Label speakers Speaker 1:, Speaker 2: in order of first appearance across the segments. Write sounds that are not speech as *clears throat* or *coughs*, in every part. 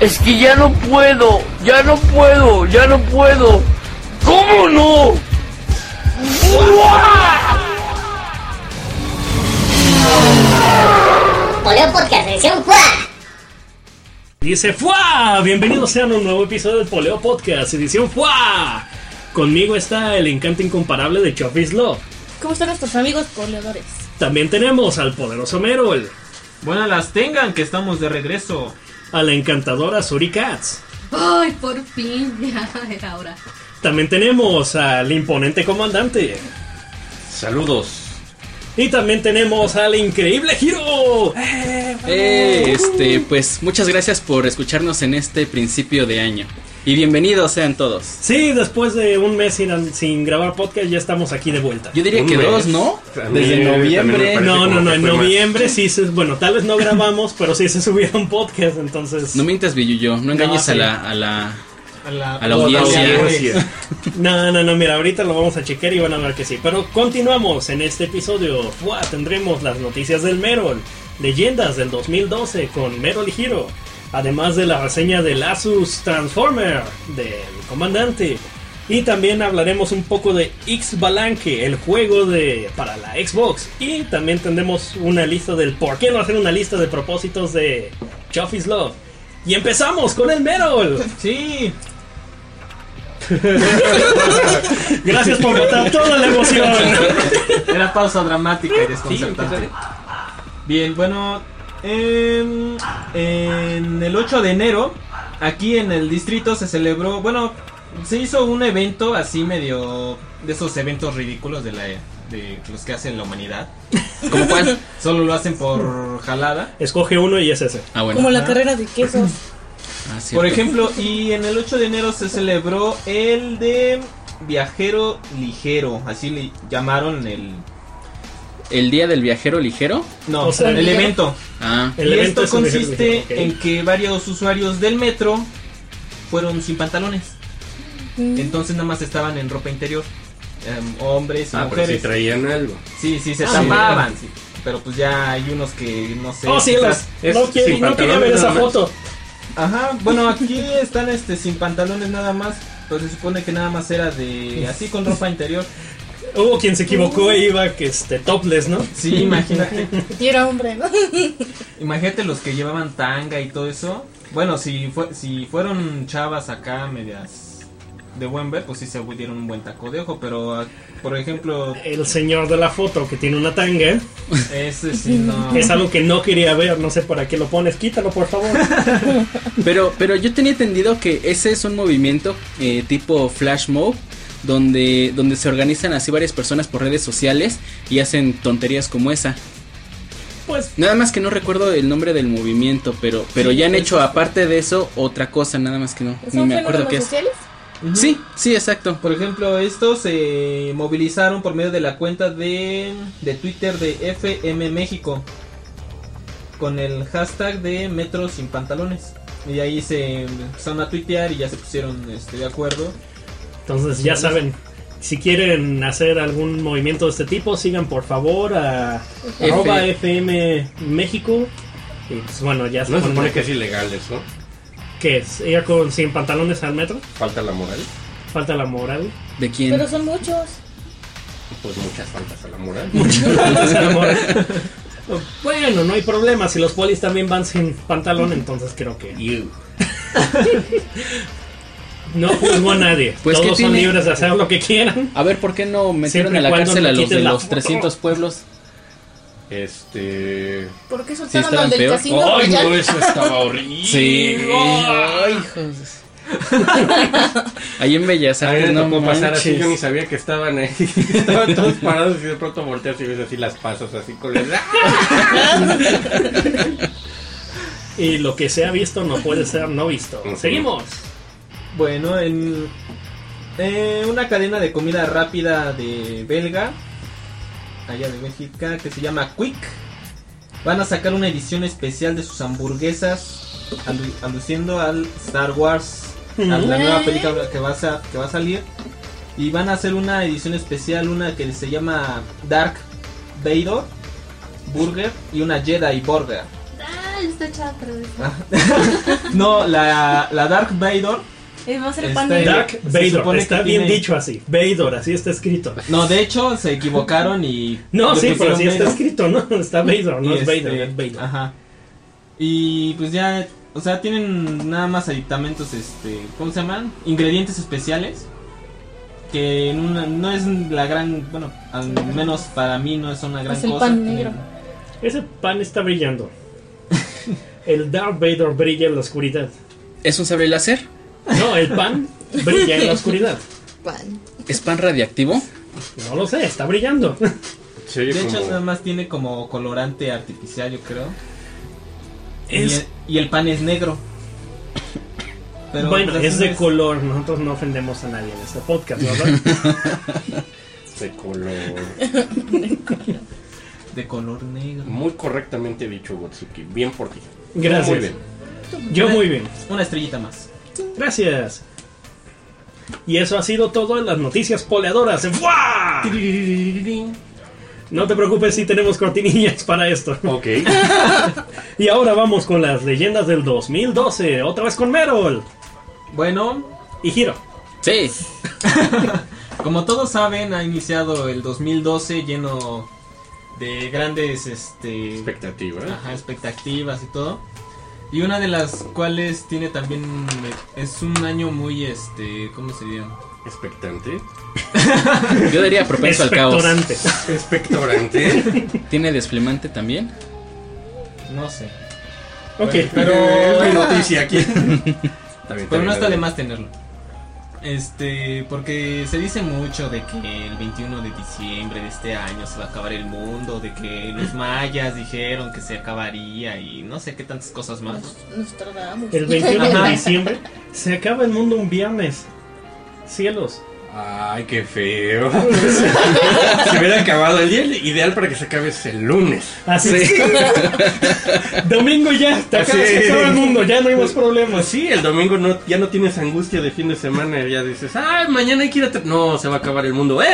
Speaker 1: Es que ya no puedo, ya no puedo, ya no puedo. ¿Cómo no?
Speaker 2: Voleo porque atención, ¡fua!
Speaker 3: Dice ¡Fua! Bienvenidos sean a un nuevo episodio del Poleo Podcast, edición ¡Fua! Conmigo está el encanto incomparable de Chopis Love.
Speaker 4: ¿Cómo están nuestros amigos poleadores?
Speaker 3: También tenemos al poderoso Merol,
Speaker 5: Buenas las tengan, que estamos de regreso.
Speaker 3: a la encantadora Suri Katz.
Speaker 4: Ay, por fin, *laughs* ya era hora.
Speaker 3: También tenemos al imponente comandante.
Speaker 6: Saludos.
Speaker 3: Y también tenemos al increíble Giro. ¡Eh!
Speaker 6: Eh, este, pues muchas gracias por escucharnos en este principio de año. Y bienvenidos sean todos.
Speaker 3: Sí, después de un mes sin, sin grabar podcast ya estamos aquí de vuelta.
Speaker 6: Yo diría
Speaker 5: Un
Speaker 6: que
Speaker 5: mes.
Speaker 6: dos, ¿no?
Speaker 5: También,
Speaker 6: Desde
Speaker 5: también me
Speaker 6: noviembre.
Speaker 5: parece.
Speaker 6: No,
Speaker 3: No,
Speaker 5: como
Speaker 3: no, no,
Speaker 5: que
Speaker 3: en
Speaker 5: fue más.
Speaker 3: noviembre sí se... Bueno, tal vez no grabamos, pero sí se *laughs* subieron podcast, entonces...
Speaker 6: no mientas, Billuyo. No engañes
Speaker 3: sí.
Speaker 6: a la... A la...
Speaker 5: A la,
Speaker 6: A la audiencia.
Speaker 3: No, no, no, mira, ahorita lo vamos a chequear y van a ver que sí. Pero continuamos en este episodio. Fua, tendremos las noticias del Merol, leyendas del 2012 con Merol y Hiro, además de la reseña del Asus Transformer del comandante. Y también hablaremos un poco de X Balanque, el juego de para la Xbox. Y también tendremos una lista del por qué no hacer una lista de propósitos de Chuffy's Love. Y empezamos con el Merol.
Speaker 5: Sí,
Speaker 3: Gracias por botar toda la emoción.
Speaker 5: *laughs* era pausa dramática y desconcertante. Bien, bueno, em, en el 8 de enero, aquí en el distrito se celebró, bueno, se hizo un evento así medio de esos eventos ridículos de la de los que hacen la humanidad.
Speaker 6: ¿Cómo cuál?
Speaker 5: Solo lo hacen por jalada.
Speaker 3: *laughs* Escoge uno y es ese.
Speaker 6: Ah, bueno.
Speaker 4: Como la carrera de quesos.
Speaker 6: Ah, cierto.
Speaker 5: Por ejemplo, y en el 8 de enero se celebró el de Viajero Ligero, así le llamaron el...
Speaker 6: El día del viajero ligero.
Speaker 5: No,
Speaker 3: O sea,
Speaker 5: el
Speaker 4: ligero.
Speaker 5: evento.
Speaker 6: Ah,
Speaker 3: El
Speaker 5: y
Speaker 3: evento
Speaker 5: esto
Speaker 3: es un viajero
Speaker 5: consiste
Speaker 3: ligero, ok.
Speaker 5: en que varios usuarios del metro fueron sin pantalones.
Speaker 3: Mm.
Speaker 5: Entonces nada más estaban en ropa interior. em, hombres y
Speaker 6: Ah, pero
Speaker 5: mujeres.
Speaker 6: sí
Speaker 5: traían algo. Sí, sí, se
Speaker 3: Ah,
Speaker 5: tapaban. sí. Pero pues ya hay unos que no sé.
Speaker 3: Oh, sí,
Speaker 5: quizás-
Speaker 3: las- no, quiere, no quería ver esa foto.
Speaker 5: Ajá, bueno, aquí están este sin pantalones nada más. Pues se supone que nada más era de así con ropa interior.
Speaker 3: Hubo quien se equivocó e iba que este topless, ¿no?
Speaker 5: Sí, imagínate.
Speaker 4: Y era hombre,
Speaker 6: *laughs*
Speaker 4: ¿no?
Speaker 5: Imagínate los que llevaban tanga y todo eso. Bueno, si, fue, si fueron chavas acá medias de buen ver, pues sí se dieron un buen taco de ojo, pero ah, por ejemplo,
Speaker 3: El señor de la foto que tiene una tanga
Speaker 5: ese sí
Speaker 3: *laughs*
Speaker 5: no.
Speaker 3: es algo que no quería ver. No sé para qué lo pones. Quítalo, por favor.
Speaker 6: Pero, pero yo tenía entendido que ese es un movimiento eh, tipo flash mob. Donde, donde se organizan así varias personas por redes sociales y hacen tonterías como esa.
Speaker 3: Pues
Speaker 6: Nada más que no recuerdo el nombre del movimiento, pero, pero ya han hecho aparte de eso otra cosa, nada más que no. Ni
Speaker 4: ¿Son
Speaker 6: me acuerdo
Speaker 4: fenómenos
Speaker 6: qué es.
Speaker 4: sociales?
Speaker 5: Ujú.
Speaker 6: Sí, sí, exacto.
Speaker 5: Por ejemplo, estos se movilizaron por medio de la cuenta de, de Twitter de FM México con el hashtag de Metro sin pantalones. Y ahí se empezaron a tuitear y ya se pusieron este, de acuerdo.
Speaker 3: entonces ya saben. Si quieren hacer algún movimiento de este tipo, sigan por favor a
Speaker 6: F.
Speaker 3: arroba FM México. Y pues bueno, ya
Speaker 7: No se
Speaker 3: ponen-
Speaker 7: supone que es ilegal eso.
Speaker 3: ¿Qué es? ¿Ella con sin pantalones al metro?
Speaker 7: Falta la moral.
Speaker 3: Falta la moral. *laughs*
Speaker 6: ¿De quién?
Speaker 4: Pero son muchos.
Speaker 7: Pues muchas faltas a la moral.
Speaker 6: *laughs*
Speaker 3: bueno, no hay problema. Si los polis también van sin pantalón, entonces creo que
Speaker 7: You.
Speaker 3: no juzgo a nadie.
Speaker 6: *laughs* Pues, ¿qué
Speaker 3: Todos son
Speaker 6: tiene?
Speaker 3: libres de hacer lo que quieran.
Speaker 6: A ver, ¿por qué no metieron
Speaker 3: Siempre
Speaker 6: a la
Speaker 3: y cuando
Speaker 6: cárcel
Speaker 3: no
Speaker 6: a los de
Speaker 3: quiten la
Speaker 6: los
Speaker 3: foto.
Speaker 6: 300 pueblos?
Speaker 7: Este.
Speaker 4: ¿Por qué soltaron
Speaker 6: estaban
Speaker 4: al del
Speaker 6: peor.
Speaker 4: casino?
Speaker 7: Ay,
Speaker 4: Pues ya-
Speaker 7: no, eso estaba horrible.
Speaker 6: Ay, hijos. Ahí en Bellas
Speaker 7: A mí
Speaker 6: Artes,
Speaker 7: me
Speaker 6: no
Speaker 7: tocó pasar así,
Speaker 6: manches.
Speaker 7: yo ni sabía que estaban ahí. *laughs* Estaban todos parados y de pronto *laughs* volteas y ves así las pasas así con el.
Speaker 3: Y lo que se ha visto no puede ser no visto. Seguimos.
Speaker 5: Bueno, en eh, una cadena de comida rápida de belga, allá de México, que se llama Quick, van a sacar una edición especial de sus hamburguesas, alu- aluciendo al Star Wars, a la
Speaker 3: Ujú.
Speaker 5: nueva película que va, a, sa- que va a salir. Y van a hacer una edición especial, una que se llama Dark Vader Burger y una Jedi Burger.
Speaker 8: Ah, está echada a perder.
Speaker 5: No, la, la Dark Vader
Speaker 8: Eh, Va a ser
Speaker 5: Este-
Speaker 8: pan de-
Speaker 3: Dark
Speaker 5: Se
Speaker 3: Vader.
Speaker 5: supone
Speaker 3: Está
Speaker 5: que
Speaker 3: bien
Speaker 5: tiene-
Speaker 3: dicho así. Vader, así está escrito.
Speaker 5: No, de hecho se equivocaron y.
Speaker 3: *laughs* No,
Speaker 5: le
Speaker 3: sí, pero
Speaker 5: pusieron
Speaker 3: así está
Speaker 5: Vader.
Speaker 3: escrito, ¿no? *laughs* Está Vader,
Speaker 5: Y
Speaker 3: no es
Speaker 5: este,
Speaker 3: Vader, es Vader.
Speaker 5: Ajá. Y pues ya, o sea, tienen nada más aditamentos, este, ¿cómo se llaman? Ingredientes especiales. Que en una- no es la gran, bueno, al menos para mí no es una gran
Speaker 4: Es el
Speaker 5: cosa.
Speaker 4: pan
Speaker 5: Tienen-
Speaker 4: negro.
Speaker 3: Ese pan está brillando. El Darth Vader brilla en la oscuridad.
Speaker 6: ¿Es un sable láser?
Speaker 3: No, el pan brilla en la oscuridad.
Speaker 4: Pan.
Speaker 6: ¿Es pan radiactivo?
Speaker 3: No lo sé, está brillando. *laughs*
Speaker 7: Se oye
Speaker 5: De hecho,
Speaker 7: como-
Speaker 5: nada más tiene como colorante artificial, yo creo. Y,
Speaker 3: Es,
Speaker 5: el, y el pan es negro. Pero,
Speaker 3: bueno,
Speaker 5: pues,
Speaker 3: es
Speaker 5: así
Speaker 3: de
Speaker 5: no
Speaker 3: color. Nosotros no ofendemos a nadie en este podcast, ¿verdad?
Speaker 7: de color.
Speaker 5: De color negro.
Speaker 7: Muy correctamente dicho, Gotsuki. Bien por ti.
Speaker 3: Gracias.
Speaker 7: Muy bien.
Speaker 3: Yo muy bien.
Speaker 5: Una estrellita más.
Speaker 3: Gracias. Y eso ha sido todo en las noticias poleadoras. ¡Fua! No te preocupes si tenemos cortinillas para esto.
Speaker 7: Ok.
Speaker 3: Y ahora vamos con las leyendas del 2012. Otra vez con Merol.
Speaker 5: Bueno,
Speaker 3: Y Giro.
Speaker 6: Sí.
Speaker 5: Como todos saben, ha iniciado el 2012 lleno de grandes este,
Speaker 7: Expectativa.
Speaker 5: ajá, expectativas y todo. Y una de las cuales tiene también es un año muy este, ¿cómo se diría?
Speaker 7: Expectante.
Speaker 6: Yo diría propenso al caos.
Speaker 3: Expectorante.
Speaker 7: Expectorante. *laughs*
Speaker 6: ¿Tiene desflemante también?
Speaker 5: No sé.
Speaker 3: Ok.
Speaker 7: *laughs*
Speaker 5: Pero-
Speaker 7: Es mi noticia *laughs* aquí. Está bien,
Speaker 5: Pero no
Speaker 7: bien,
Speaker 5: está de
Speaker 7: bien.
Speaker 5: más tenerlo. Este, porque se dice mucho de que el 21 de diciembre de este año se va a acabar el mundo, de que los mayas dijeron que se acabaría y no sé qué tantas cosas más.
Speaker 4: Nos, nos tardamos. *laughs*
Speaker 3: El 21 de
Speaker 5: Ajá.
Speaker 3: diciembre se acaba el mundo un viernes. Cielos.
Speaker 7: Ay, qué feo. *laughs* se hubiera acabado el día ideal para que se acabe es el lunes.
Speaker 3: Así *laughs* Domingo ya, te acabas
Speaker 7: Así.
Speaker 3: de acabar el mundo, ya no hay más problemas.
Speaker 7: Sí, el domingo no, ya no tienes angustia de fin de semana. Ya dices, ay, mañana hay que ir a. tra- No, se va a acabar el mundo. ¡Eh!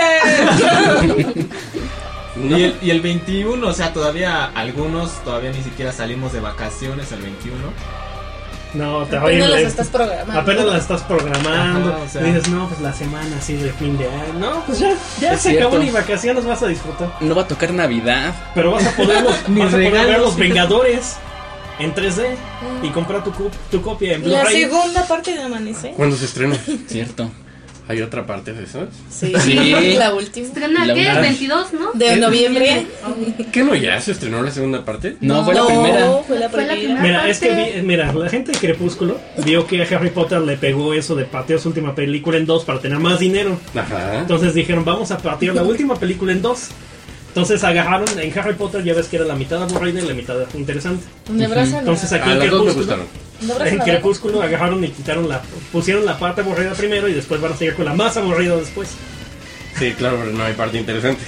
Speaker 7: No.
Speaker 5: Y el, y el 21, o sea, todavía algunos todavía ni siquiera salimos de vacaciones el 21.
Speaker 3: No, te
Speaker 4: Apenas las
Speaker 3: oye,
Speaker 4: estás programando.
Speaker 3: Apenas la estás programando.
Speaker 5: Ajá, o sea.
Speaker 3: Dices, no, pues la semana así de fin de año. No, pues ya, ya
Speaker 6: Es
Speaker 3: se
Speaker 6: cierto.
Speaker 3: acabó mi vacaciones, vas a disfrutar.
Speaker 6: No va a tocar Navidad.
Speaker 3: Pero vas a
Speaker 5: *laughs*
Speaker 3: poder, los,
Speaker 5: Mis
Speaker 3: vas a poder ver
Speaker 5: regalos.
Speaker 3: los Vengadores en 3D y
Speaker 4: Mm.
Speaker 3: comprar tu, cu- tu copia en
Speaker 4: La
Speaker 3: Blu-ray.
Speaker 4: segunda parte de Amanecer.
Speaker 7: ¿Cuándo se estrena?
Speaker 6: Cierto.
Speaker 7: ¿Hay otra parte de eso?
Speaker 4: *laughs* Sí.
Speaker 6: Sí.
Speaker 4: La última.
Speaker 8: Estrena
Speaker 6: La
Speaker 8: qué?
Speaker 6: una-
Speaker 8: 22, ¿no?
Speaker 3: ¿Eh?
Speaker 4: De noviembre.
Speaker 7: ¿Qué no ya se estrenó la segunda parte?
Speaker 6: No, fue la primera.
Speaker 4: Fue la
Speaker 8: Fue la
Speaker 4: primera.
Speaker 3: Mira, es que
Speaker 8: Aparte-
Speaker 3: vi- mira, la gente de Crepúsculo vio que a Harry Potter le pegó eso de patear su última película en dos para tener más dinero.
Speaker 7: Ajá.
Speaker 3: Entonces dijeron, vamos a partir la última película en dos. Entonces agarraron en Harry Potter, ya ves que era la mitad aburrida y la mitad interesante.
Speaker 4: Me abrazan.
Speaker 3: Entonces
Speaker 4: a-
Speaker 3: aquí
Speaker 7: A
Speaker 3: en
Speaker 7: Ah, las dos me
Speaker 3: Crepúsculo,
Speaker 7: gustaron.
Speaker 4: me abrazan
Speaker 3: en
Speaker 4: a-
Speaker 3: Crepúsculo agarraron y quitaron la, pusieron la parte aburrida primero y después van a seguir con la más aburrida
Speaker 5: *laughs*
Speaker 3: después.
Speaker 7: Sí, claro, pero no hay parte interesante.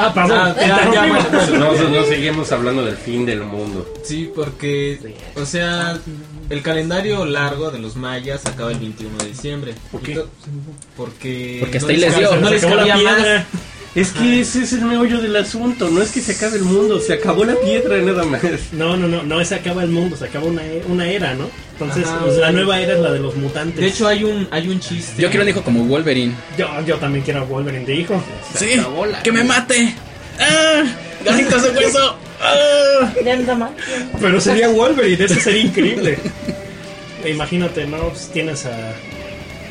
Speaker 3: Ah, perdón.
Speaker 5: Ah, ya,
Speaker 3: interrumpimos.
Speaker 5: ya, bueno.
Speaker 7: No, no, no seguimos hablando del fin del mundo.
Speaker 5: Sí, porque, o sea, el calendario largo de los mayas acaba el 21 de diciembre.
Speaker 7: ¿Por qué?
Speaker 5: Y to- Porque,
Speaker 6: Porque hasta
Speaker 5: no
Speaker 6: ahí les dio.
Speaker 5: cabía- No
Speaker 3: Se
Speaker 5: les
Speaker 3: acabó la
Speaker 5: cabía
Speaker 3: piedra.
Speaker 5: más.
Speaker 7: Es que ese es el meollo del asunto. No es que se acabe el mundo, se acabó la piedra nada más.
Speaker 3: No, no, no, no, se acaba el mundo, se acaba una, e- una era, ¿no? Entonces,
Speaker 5: Ajá,
Speaker 3: pues, la
Speaker 5: sí.
Speaker 3: nueva era es la de los mutantes.
Speaker 5: De hecho, hay un, hay un chiste.
Speaker 6: Yo quiero un hijo como Wolverine.
Speaker 3: yo, yo también quiero a Wolverine de hijo.
Speaker 6: Sí. Que me mate. ¡Ah! Ganitas de hueso. ¡Ah!
Speaker 4: De Andamán.
Speaker 6: *laughs*
Speaker 3: Pero sería Wolverine, eso sería increíble. *laughs* Imagínate, ¿no? Pues tienes a.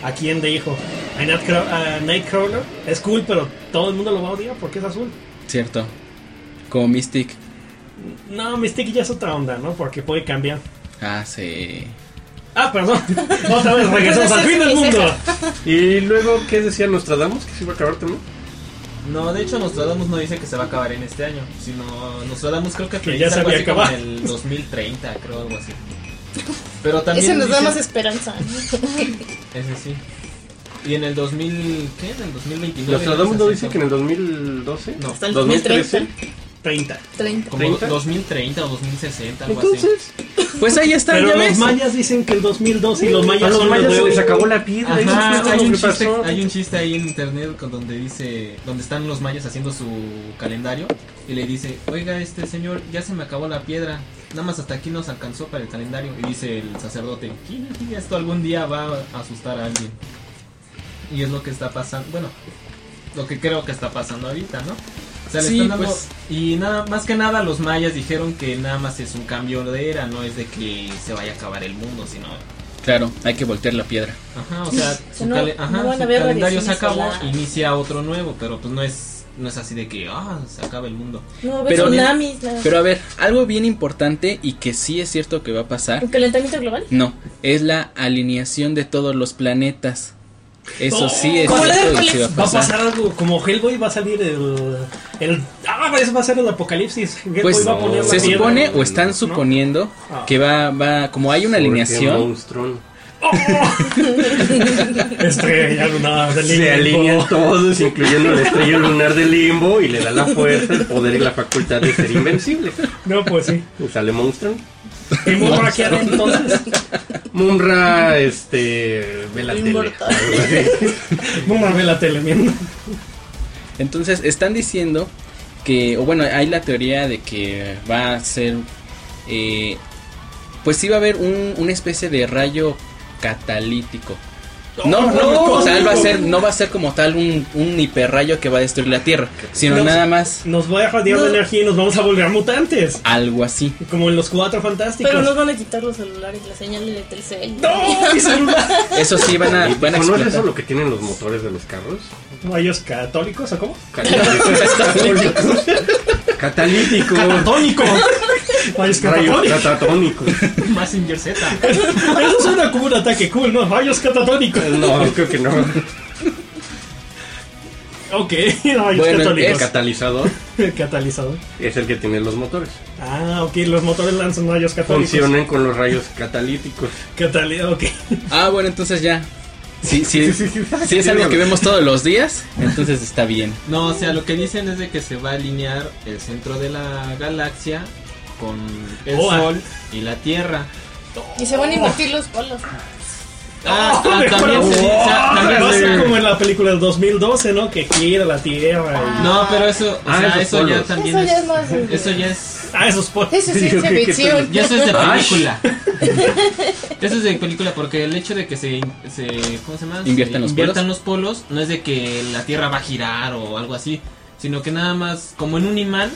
Speaker 3: ¿A quién de hijo? A, Nightcraw- a Nightcrawler. Es cool, pero todo el mundo lo va a odiar porque es azul.
Speaker 6: Cierto. Como Mystic.
Speaker 3: No, Mystique ya es otra onda, ¿no? Porque puede cambiar.
Speaker 6: Ah, sí.
Speaker 3: Ah, perdón. *laughs* Otra vez
Speaker 6: ¿eh?
Speaker 3: regresamos al fin del mundo.
Speaker 7: Y luego, ¿qué decía Nostradamus? Que se iba a acabar también.
Speaker 5: No, de hecho Nostradamus no dice que se va a acabar en este año, sino Nostradamus creo que,
Speaker 3: Que ya
Speaker 5: predice
Speaker 3: se
Speaker 5: algo
Speaker 3: había
Speaker 5: así como en
Speaker 3: acabado.
Speaker 5: el 2030, creo
Speaker 4: *laughs*
Speaker 5: algo así. Pero también
Speaker 4: Eso nos da
Speaker 5: dice-
Speaker 4: más esperanza. *laughs*
Speaker 5: Ese sí. Y en el 2000, ¿qué? En el 2029.
Speaker 7: Nostradamus no
Speaker 5: se
Speaker 7: dice
Speaker 5: hizo.
Speaker 7: que en el 2012.
Speaker 5: No.
Speaker 4: Hasta el
Speaker 7: 2013.
Speaker 3: 30.
Speaker 4: 30.
Speaker 5: Como
Speaker 7: 30.
Speaker 5: 2030 o 2060, algo
Speaker 7: Entonces,
Speaker 6: Pues ahí está,
Speaker 3: Pero
Speaker 6: ya
Speaker 3: los
Speaker 6: ves.
Speaker 3: mayas dicen que el 2012 y los
Speaker 7: a
Speaker 3: mayas
Speaker 7: los
Speaker 3: son
Speaker 7: mayas
Speaker 3: los
Speaker 7: se
Speaker 3: de
Speaker 7: les
Speaker 3: hoy.
Speaker 7: acabó la
Speaker 5: así.
Speaker 7: piedra.
Speaker 5: Ajá,
Speaker 7: eso es
Speaker 5: hay, un
Speaker 7: lo que
Speaker 5: chiste,
Speaker 7: pasó.
Speaker 5: hay un chiste ahí en internet con donde dice, donde están los mayas haciendo su calendario y le dice, oiga este señor, ya se me acabó la piedra, nada más hasta aquí nos alcanzó para el calendario. Y dice el sacerdote, "Qui, qui, esto algún día va a asustar a alguien. Y es lo que está pasando, bueno, lo que creo que está pasando ahorita, ¿no? O sea, le
Speaker 6: Sí,
Speaker 5: están dando-
Speaker 6: pues.
Speaker 5: Y nada, más que nada los mayas dijeron que nada más es un cambio de era, no es de que se vaya a acabar el mundo, sino
Speaker 6: Claro, hay que voltear la piedra.
Speaker 5: Ajá, o sea,
Speaker 4: Que
Speaker 5: su,
Speaker 4: no-
Speaker 5: cale-
Speaker 4: no
Speaker 5: ajá,
Speaker 4: van a
Speaker 5: su
Speaker 4: haber
Speaker 5: calendario se
Speaker 4: radiaciones
Speaker 5: acabó,
Speaker 4: solares.
Speaker 5: inicia otro nuevo, pero pues no es no es así de que ah, se acaba el mundo.
Speaker 4: No
Speaker 9: Pues
Speaker 4: va a haber
Speaker 6: Pero-
Speaker 4: tsunamis, nada.
Speaker 6: Pero a ver, algo bien importante y que sí es cierto que va a
Speaker 4: *laughs*
Speaker 6: pasar,
Speaker 4: ¿Un calentamiento global?
Speaker 6: no, es la alineación de todos los planetas. Eso
Speaker 3: Oh,
Speaker 6: sí es
Speaker 3: ¿cómo le
Speaker 6: cierto
Speaker 3: Hércules?
Speaker 6: que sí va a
Speaker 3: Va a
Speaker 6: pasar.
Speaker 3: pasar algo como Hellboy va a salir el, el ah eso va a ser el apocalipsis. Hellboy
Speaker 6: Pues
Speaker 3: va a poner la
Speaker 6: se
Speaker 3: piedra.
Speaker 6: supone o
Speaker 7: ¿no?
Speaker 6: están suponiendo
Speaker 3: Ah.
Speaker 6: que va, va, como hay una alineación,
Speaker 7: Monstruo.
Speaker 3: Oh. *laughs* estrella lunar del
Speaker 7: Se
Speaker 3: limbo.
Speaker 7: alinean todos, incluyendo la estrella lunar del limbo, y
Speaker 3: *laughs*
Speaker 7: le da la fuerza, el poder y la facultad de ser invencible.
Speaker 3: No, pues sí.
Speaker 7: Y sale Monstrum.
Speaker 3: ¿Y Moonra qué hará entonces?
Speaker 7: Mumra, este. Ve la tele. *laughs*
Speaker 4: Inmortal.
Speaker 3: Moonra ve la tele, mierda.
Speaker 6: Entonces están diciendo que, o bueno, hay la teoría de que va a ser, eh, pues sí va a haber un- una especie de rayo catalítico. No, no, o sea, él va a ser, no va a ser como tal un, un hiperrayo que va a destruir la Tierra, sino
Speaker 3: No.
Speaker 6: nada más
Speaker 3: Nos va a radiar la energía y nos vamos a volver mutantes.
Speaker 6: algo así.
Speaker 3: Como en los cuatro fantásticos.
Speaker 4: Pero nos van a quitar los celulares, la señal de Telcel.
Speaker 3: ¡No! ¡Mi celular!
Speaker 6: Eso sí, van *laughs* a,
Speaker 7: Y,
Speaker 6: van a
Speaker 7: ¿No es eso
Speaker 6: explotar.
Speaker 7: lo que tienen los motores de los carros?
Speaker 3: ¿Mayos católicos o cómo?
Speaker 6: *laughs*
Speaker 7: Catalíticos. Catalíticos.
Speaker 3: ¡Catónico! ¡Mayos
Speaker 7: Rayos
Speaker 3: catatónicos!
Speaker 7: catatónicos.
Speaker 5: Massinger Z.
Speaker 3: Eso suena como un ataque cool, ¿no? ¡Mayos catatónicos! *laughs*
Speaker 7: No, creo que no.
Speaker 3: Ok, mayos
Speaker 6: Bueno,
Speaker 7: El
Speaker 3: católicos.
Speaker 7: catalizador
Speaker 3: El catalizador.
Speaker 7: es el que tiene los motores.
Speaker 3: Ah, ok, los motores lanzan rayos católicos.
Speaker 7: Funcionan con los rayos catalíticos.
Speaker 3: Catali ok.
Speaker 6: Ah, bueno, entonces ya. Sí, *laughs* sí, sí es algo que vemos todos los *laughs* días, entonces está bien.
Speaker 5: No, o sea, lo que dicen es de que se va a alinear el centro de la galaxia con el
Speaker 3: Oh, ah.
Speaker 5: sol y la tierra.
Speaker 4: *laughs* Y se van a invertir los polos.
Speaker 5: Ah,
Speaker 3: ¡Oh,
Speaker 5: ah,
Speaker 3: mejor
Speaker 5: también se dice, ah,
Speaker 3: aún!
Speaker 5: también
Speaker 3: Va a
Speaker 5: se-
Speaker 3: ser como en la película del 2012, ¿no? Que gira la tierra. y-
Speaker 5: No, pero eso, o
Speaker 7: Ah,
Speaker 5: sea,
Speaker 7: esos
Speaker 5: eso ya
Speaker 7: polos.
Speaker 5: también
Speaker 4: Eso ya
Speaker 5: es,
Speaker 4: es más-
Speaker 5: eso ya es
Speaker 3: Ah, esos po-
Speaker 4: Eso sí
Speaker 7: *laughs* Digo,
Speaker 4: es
Speaker 7: ¿qué- qué
Speaker 4: ficción.
Speaker 5: Ya eso es de
Speaker 7: Ay.
Speaker 5: película. Eso es de película porque el hecho de que se, se ¿cómo se llama? Se
Speaker 6: Inviertan los
Speaker 5: inviertan los polos no es de que la Tierra va a girar o algo así, sino que nada más como en un imán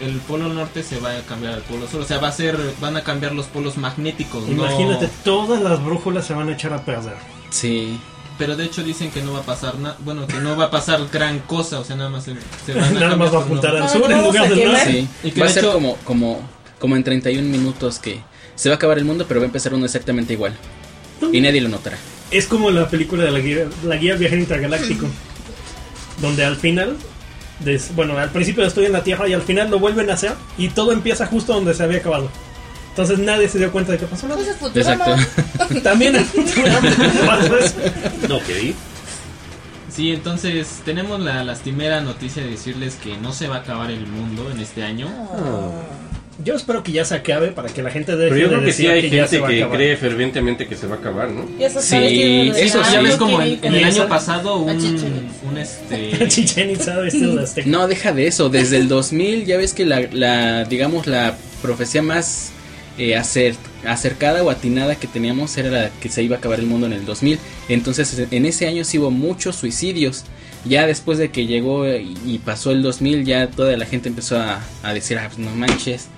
Speaker 5: el polo norte se va a cambiar al polo sur, o sea, va a ser van a cambiar los polos magnéticos, no-
Speaker 3: Imagínate, todas las brújulas se van a echar a perder.
Speaker 6: Sí.
Speaker 5: pero de hecho dicen que no va a pasar nada, bueno, que no va a pasar gran cosa, o sea, nada más se, se van
Speaker 3: *laughs*
Speaker 5: a
Speaker 3: Nada más va a
Speaker 5: cambiar por
Speaker 3: apuntar
Speaker 5: nombres.
Speaker 3: al
Speaker 4: No,
Speaker 3: sur
Speaker 4: no
Speaker 3: en
Speaker 4: vamos
Speaker 3: lugar
Speaker 4: a
Speaker 3: del
Speaker 4: quemar.
Speaker 3: norte.
Speaker 6: Sí,
Speaker 5: *laughs* Y que
Speaker 6: va a
Speaker 5: de
Speaker 6: ser
Speaker 5: hecho-
Speaker 6: como, como, como en 31 minutos que se va a acabar el mundo, pero va a empezar uno exactamente igual. Y nadie lo notará.
Speaker 3: Es como la película de la guía, la guía
Speaker 4: *laughs*
Speaker 3: viajero intergaláctico. donde al final, des- bueno, al principio estudian la Tierra y al final lo vuelven a hacer y todo empieza justo donde se había acabado. Entonces nadie se dio cuenta de que pasó nada.
Speaker 8: Eso es Futurama.
Speaker 6: Exacto.
Speaker 4: *laughs*
Speaker 3: También en
Speaker 5: *laughs*
Speaker 3: Futurama pasó eso.
Speaker 7: No, que di.
Speaker 5: Sí, entonces tenemos la lastimera noticia de decirles que no se va a acabar el mundo en este año.
Speaker 3: Ah. Yo espero que ya se acabe para que la gente deje
Speaker 7: Pero yo
Speaker 3: de
Speaker 7: creo que sí
Speaker 3: decir
Speaker 7: hay
Speaker 3: que ya se
Speaker 7: gente
Speaker 3: va a
Speaker 7: que
Speaker 3: acabar. *laughs*
Speaker 7: cree fervientemente que se va a acabar, ¿no?
Speaker 4: Ya se
Speaker 6: Sí,
Speaker 4: sabe quién es
Speaker 6: eso
Speaker 4: el
Speaker 5: Ah,
Speaker 6: sí.
Speaker 5: ya
Speaker 4: que
Speaker 5: ves
Speaker 4: vive
Speaker 5: como
Speaker 4: con
Speaker 5: en,
Speaker 4: el-
Speaker 5: en el
Speaker 3: Esa. Ah,
Speaker 5: año pasado un,
Speaker 8: Chichen.
Speaker 3: *laughs*
Speaker 5: un este
Speaker 3: Chichen Itza, este de las tecnologías.
Speaker 6: *laughs* No, deja de eso. Desde el 2000 ya ves que la, la digamos, la profecía más eh, acer- acercada o atinada que teníamos era la que se iba a acabar el mundo en el 2000. Entonces en ese año sí hubo muchos suicidios. Ya después de que llegó eh, y, y pasó el 2000 ya toda la gente empezó a, a decir, ah, pues no manches,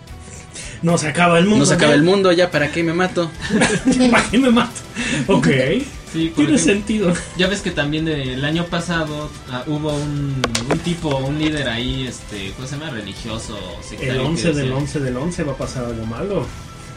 Speaker 3: No se acaba el mundo.
Speaker 6: no se
Speaker 3: *laughs*
Speaker 6: acaba el mundo, ya para qué me mato.
Speaker 3: mundo. ¿Para qué me mato?
Speaker 7: *laughs*
Speaker 3: Ok.
Speaker 5: sí, por
Speaker 3: Tiene
Speaker 5: ejemplo,
Speaker 3: sentido.
Speaker 5: ya ves que también el año pasado ah, hubo un, un tipo, un líder ahí, este, ¿cómo se llama? religioso,
Speaker 3: El
Speaker 5: sectario, que
Speaker 3: 11 del
Speaker 5: decía-
Speaker 3: 11 del 11 va a pasar algo malo.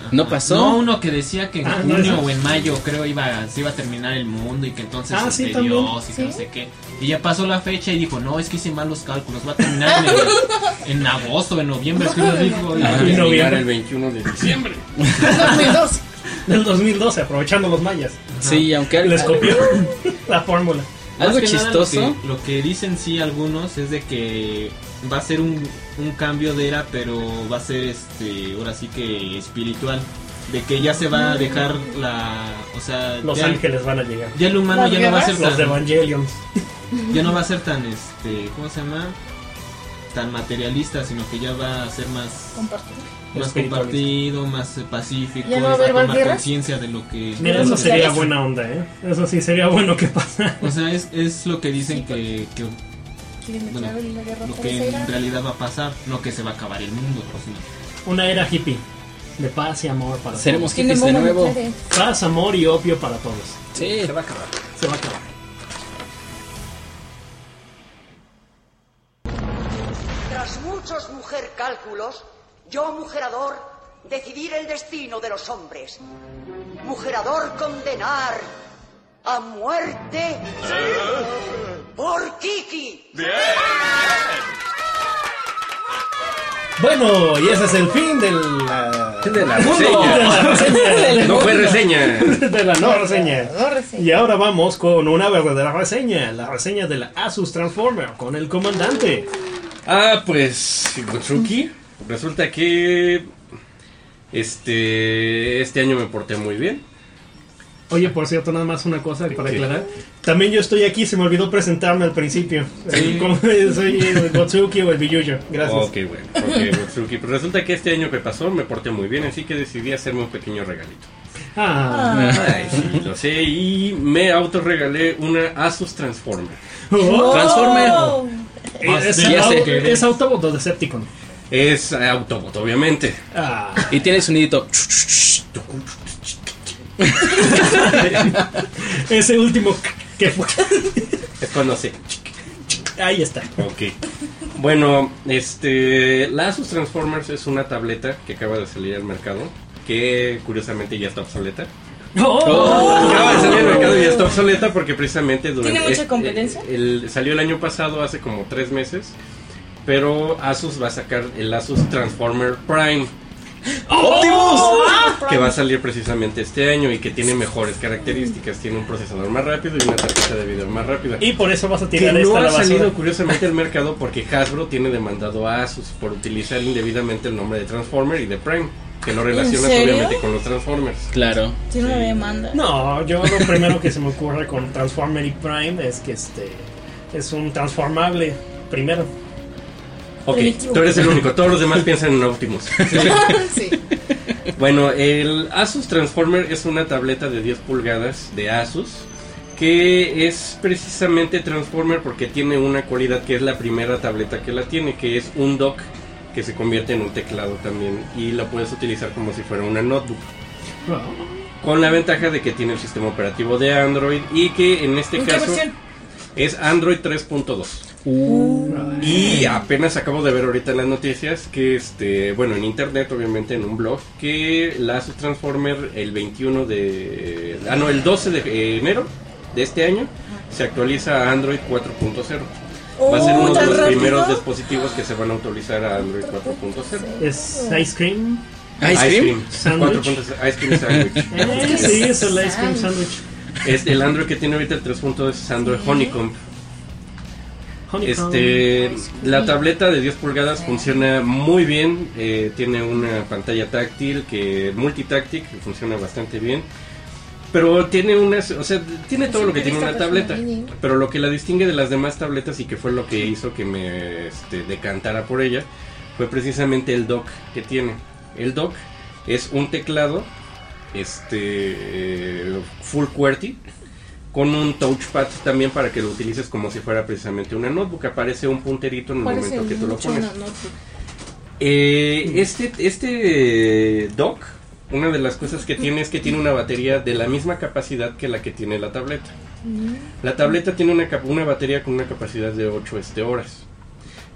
Speaker 6: No pasó.
Speaker 5: No, uno que decía que en
Speaker 3: Ah, no,
Speaker 5: junio
Speaker 3: eso.
Speaker 5: o en mayo, creo, iba, se iba a terminar el mundo y que entonces
Speaker 3: Ah,
Speaker 5: este,
Speaker 3: sí, también.
Speaker 5: Dios y que no sé qué. Y ya pasó la fecha y dijo, no, es que hice mal los cálculos, va a terminar en,
Speaker 3: *laughs*
Speaker 5: el- en agosto, en noviembre, creo que dijo. Y-
Speaker 7: Va
Speaker 3: en
Speaker 7: a terminar
Speaker 3: noviembre.
Speaker 7: Ah, el 21 de diciembre.
Speaker 3: Del 2012, aprovechando los mayas.
Speaker 6: Sí, aunque algo,
Speaker 3: Les copió *laughs* la fórmula.
Speaker 5: Más
Speaker 6: algo
Speaker 5: que nada, lo
Speaker 6: chistoso.
Speaker 5: que- lo, que, dicen sí algunos es de que va a ser un, un cambio de era, pero va a ser este, ahora sí que espiritual. De que ya se va a dejar la. O sea,
Speaker 3: Los
Speaker 5: ya,
Speaker 3: ángeles van a llegar.
Speaker 5: ya el humano
Speaker 9: ¿Las
Speaker 5: ya no va a ser
Speaker 9: guerras?
Speaker 3: Los de
Speaker 5: tan.
Speaker 3: Evangelions.
Speaker 5: Ya no va a ser tan, este, ¿cómo se llama? Tan materialista, sino que ya va a ser más.
Speaker 9: Compartir.
Speaker 5: Más
Speaker 3: Espiritualista.
Speaker 5: compartido, más eh, pacífico,
Speaker 9: ¿Ya no va a
Speaker 5: y
Speaker 9: haber
Speaker 5: tomar
Speaker 9: más guerras?
Speaker 5: conciencia de lo que.
Speaker 3: Mira,
Speaker 5: de
Speaker 3: eso
Speaker 5: lo que-
Speaker 3: sería buena onda, ¿eh? Eso sí sería bueno que *laughs* pasara.
Speaker 5: O sea, es, es lo que dicen que- que
Speaker 9: Quieren
Speaker 5: Bueno,
Speaker 9: declarar la guerra
Speaker 5: lo que
Speaker 9: tercera.
Speaker 5: en realidad va a pasar, no que se va a acabar el mundo, pues, sino
Speaker 3: Una era hippie. De paz y amor para
Speaker 6: Seremos
Speaker 9: Tiene
Speaker 7: Este
Speaker 6: hippies de
Speaker 9: bomba
Speaker 6: nuevo.
Speaker 9: nuclear, eh.
Speaker 3: todos. Paz, amor y opio para todos.
Speaker 6: Sí.
Speaker 7: va a acabar.
Speaker 3: Se va a acabar.
Speaker 10: Tras muchos mujer cálculos, yo, mujerador, decidir el destino de los hombres. Mujerador condenar a muerte por Kiki.
Speaker 3: Bueno, y ese es el fin del. eh, la-
Speaker 7: De
Speaker 6: *laughs*
Speaker 7: la
Speaker 3: de
Speaker 7: reseña.
Speaker 3: la reseña. del
Speaker 7: No fue
Speaker 3: mundo.
Speaker 7: reseña.
Speaker 3: *laughs* De la no reseña.
Speaker 9: No, recién.
Speaker 3: Y ahora vamos con una verdadera reseña, la reseña de la Asus Transformer con el comandante.
Speaker 7: Ah, pues Gotsuki. Resulta que este este año me porté muy bien.
Speaker 3: Oye, por cierto, nada más una cosa para aclarar. También yo estoy aquí, se me olvidó presentarme al principio. Eh, como- *laughs* Soy el Gotsuki o el Biyuyo. Gracias.
Speaker 7: Ok, bueno. ok, Gotsuki. Pues resulta que este año que pasó me porté muy bien, así que decidí hacerme un pequeño regalito.
Speaker 3: Ah.
Speaker 7: Ay, sí, lo sé. Y me autorregalé una Asus Transformer.
Speaker 3: Oh.
Speaker 6: Transformer.
Speaker 3: Eh,
Speaker 7: Ah,
Speaker 3: Es,
Speaker 6: Ya sé
Speaker 3: au-
Speaker 6: que-
Speaker 3: es Autobot o Decepticon.
Speaker 7: Es eh, Autobot, obviamente.
Speaker 3: Ah.
Speaker 6: Y tiene sonidito.
Speaker 3: Ese último que fue.
Speaker 7: Es cuando se
Speaker 3: Ahí está.
Speaker 7: Ok. Bueno, este, la Asus Transformers es una tableta que acaba de salir al mercado, que curiosamente ya está obsoleta. Acaba de salir al mercado y ya está obsoleta porque precisamente durante
Speaker 9: ¿Tiene mucha
Speaker 7: eh,
Speaker 9: competencia?
Speaker 7: el- salió el año pasado, hace como tres meses, pero Asus va a sacar el Asus Transformer Prime. ¡Optimus! Que va a salir precisamente este año y que tiene mejores características. Tiene un procesador más rápido y una tarjeta de video más rápida
Speaker 3: Y por eso vas a
Speaker 7: que
Speaker 3: tirar
Speaker 7: no
Speaker 3: esta a la
Speaker 7: ha salido
Speaker 3: basura.
Speaker 7: curiosamente al mercado porque Hasbro tiene demandado a Asus por utilizar indebidamente el nombre de Transformer y de Prime, que lo relacionas
Speaker 9: serio?
Speaker 7: obviamente con los Transformers.
Speaker 6: Claro.
Speaker 9: Tiene una
Speaker 7: *laughs*
Speaker 9: demanda.
Speaker 3: No, yo lo primero que se me ocurre con Transformer y Prime es que este es un transformable primero.
Speaker 7: Ok,
Speaker 9: Primitivo.
Speaker 7: tú eres el único, todos los demás piensan en Optimus.
Speaker 9: *laughs* sí.
Speaker 7: Bueno, el Asus Transformer es una tableta de 10 pulgadas de Asus que es precisamente Transformer porque tiene una cualidad que es la primera tableta que la tiene, que es un dock que se convierte en un teclado también y la puedes utilizar como si fuera una notebook. Con la ventaja de que tiene el sistema operativo de Android y que en este
Speaker 9: ¿En qué
Speaker 7: caso
Speaker 9: versión?
Speaker 7: es Android 3.2.
Speaker 9: Uh.
Speaker 7: Y apenas acabo de ver ahorita en las noticias que, este, bueno, en internet, obviamente, en un blog, que la Asus Transformer el 21 de. Ah, no, el 12 de enero de este año se actualiza a Android 4.0. Va a ser
Speaker 9: Oh,
Speaker 7: uno de
Speaker 9: ¿tan
Speaker 7: los
Speaker 9: rápido?
Speaker 7: primeros dispositivos que se van a actualizar a Android 4.0.
Speaker 3: Es ice cream.
Speaker 6: Ice cream.
Speaker 3: Sandwich.
Speaker 7: 4.0, Ice cream sandwich.
Speaker 3: Eh, *laughs* sí, es el ice cream sandwich.
Speaker 7: Es el Android que tiene ahorita el 3.2 es Android Honeycomb.
Speaker 3: Honeycomb.
Speaker 7: Este, la tableta de 10 pulgadas funciona muy bien. eh, tiene una pantalla táctil que multitáctil que funciona bastante bien. Pero tiene unas, o sea, tiene todo lo que tiene una tableta. Pero lo que la distingue de las demás tabletas y que fue lo que hizo que me este, decantara por ella fue precisamente el dock que tiene. El dock es un teclado, este, eh, full QWERTY, con un touchpad también para que lo utilices como si fuera precisamente una notebook. Aparece un punterito en el
Speaker 9: ¿Cuál es
Speaker 7: momento
Speaker 9: el
Speaker 7: que tú lo
Speaker 9: mucho
Speaker 7: pones.
Speaker 9: no- notebook?
Speaker 7: Eh, este, este eh, dock, una de las cosas que tiene es que tiene una batería de la misma capacidad que la que tiene la tableta. La tableta tiene una, cap- una batería con una capacidad de 8 este, horas.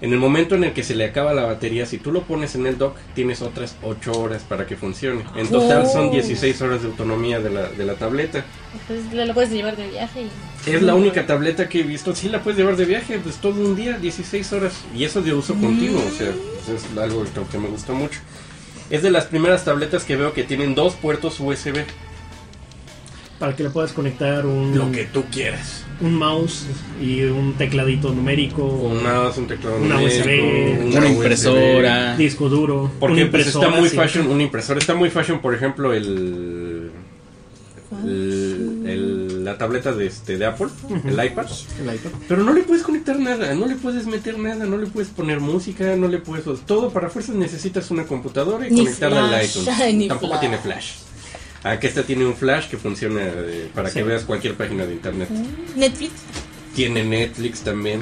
Speaker 7: En el momento en el que se le acaba la batería, si tú lo pones en el dock, tienes otras 8 horas para que funcione. En total son
Speaker 4: Oh.
Speaker 7: 16 horas de autonomía de la, de la tableta.
Speaker 4: Pues lo puedes llevar de viaje y...
Speaker 7: Es la única tableta que he visto. Sí, la puedes llevar de viaje, pues todo un día, 16 horas. Y eso de uso continuo, o sea, pues, es algo que- que me gusta mucho. Es de las primeras tabletas que veo que tienen dos puertos USB.
Speaker 3: Para que le puedas conectar un.
Speaker 7: Lo que tú quieras.
Speaker 3: Un mouse y un tecladito numérico.
Speaker 7: Un mouse, un teclado
Speaker 3: Una
Speaker 7: numérico,
Speaker 3: USB.
Speaker 7: una Una impresora. USB.
Speaker 3: Disco duro.
Speaker 7: Porque
Speaker 3: una
Speaker 7: pues, está
Speaker 3: impresora,
Speaker 7: muy
Speaker 3: sí.
Speaker 7: fashion, una impresora. Está muy fashion, por ejemplo, el. el- el- la tableta de, este, de Apple,
Speaker 3: Ujú.
Speaker 7: el iPad.
Speaker 3: El iPad.
Speaker 7: Pero no le puedes conectar nada, no le puedes meter nada, no le puedes poner música, no le puedes. Todo para fuerzas necesitas una computadora y
Speaker 4: Ni
Speaker 7: conectarla al
Speaker 4: flash, ay,
Speaker 7: iTunes.
Speaker 4: ni
Speaker 7: Tampoco
Speaker 4: flash.
Speaker 7: tiene flash. Aquí esta tiene un flash que funciona eh, para que veas cualquier página de internet.
Speaker 4: Netflix.
Speaker 7: Tiene Netflix también.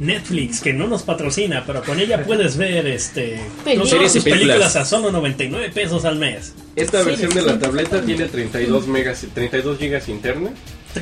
Speaker 3: Netflix, que no nos patrocina, pero con ella puedes ver este
Speaker 4: Películas.
Speaker 3: todas sus
Speaker 7: Series y películas.
Speaker 3: películas a solo 99 pesos al mes.
Speaker 7: Esta
Speaker 3: Sí,
Speaker 7: versión de la
Speaker 3: sí.
Speaker 7: tableta tiene 32 megas, 32 gigas interna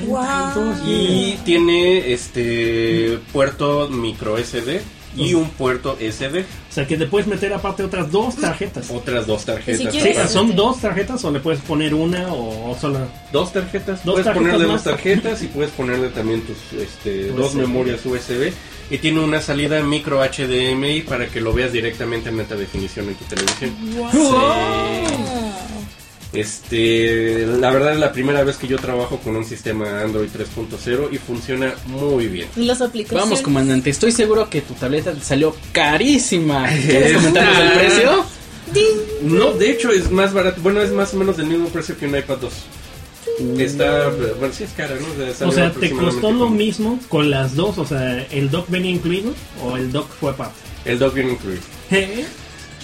Speaker 4: Wow.
Speaker 7: y tiene este puerto micro SD y un puerto SD.
Speaker 3: O sea que te puedes meter aparte otras dos tarjetas.
Speaker 7: Otras dos tarjetas.
Speaker 3: Sí,
Speaker 7: aparte.
Speaker 3: ¿Son dos tarjetas o le puedes poner una o, o solo?
Speaker 7: Dos tarjetas.
Speaker 3: Dos
Speaker 7: puedes
Speaker 3: tarjetas
Speaker 7: ponerle
Speaker 3: más.
Speaker 7: dos tarjetas y puedes ponerle también tus este, dos
Speaker 3: USB.
Speaker 7: memorias USB. Y tiene una salida micro HDMI para que lo veas directamente en alta definición en tu televisión. Este, la verdad es la primera vez que yo trabajo con un sistema Android 3.0 y funciona muy bien.
Speaker 4: Y Las aplicaciones.
Speaker 6: Vamos, comandante, estoy seguro que tu tableta te salió carísima. ¿Quieres
Speaker 7: Es
Speaker 6: comentarnos
Speaker 7: una-
Speaker 6: el precio?
Speaker 7: No, de hecho es más barato. Bueno, es más o menos del mismo precio que un iPad 2. Está, bueno, sí es cara, ¿no? O sea,
Speaker 3: O
Speaker 7: salió
Speaker 3: sea, ¿te costó
Speaker 7: aproximadamente
Speaker 3: lo
Speaker 7: como-
Speaker 3: mismo con las dos? O sea, ¿el dock venía incluido o el dock fue aparte?
Speaker 7: El dock viene incluido.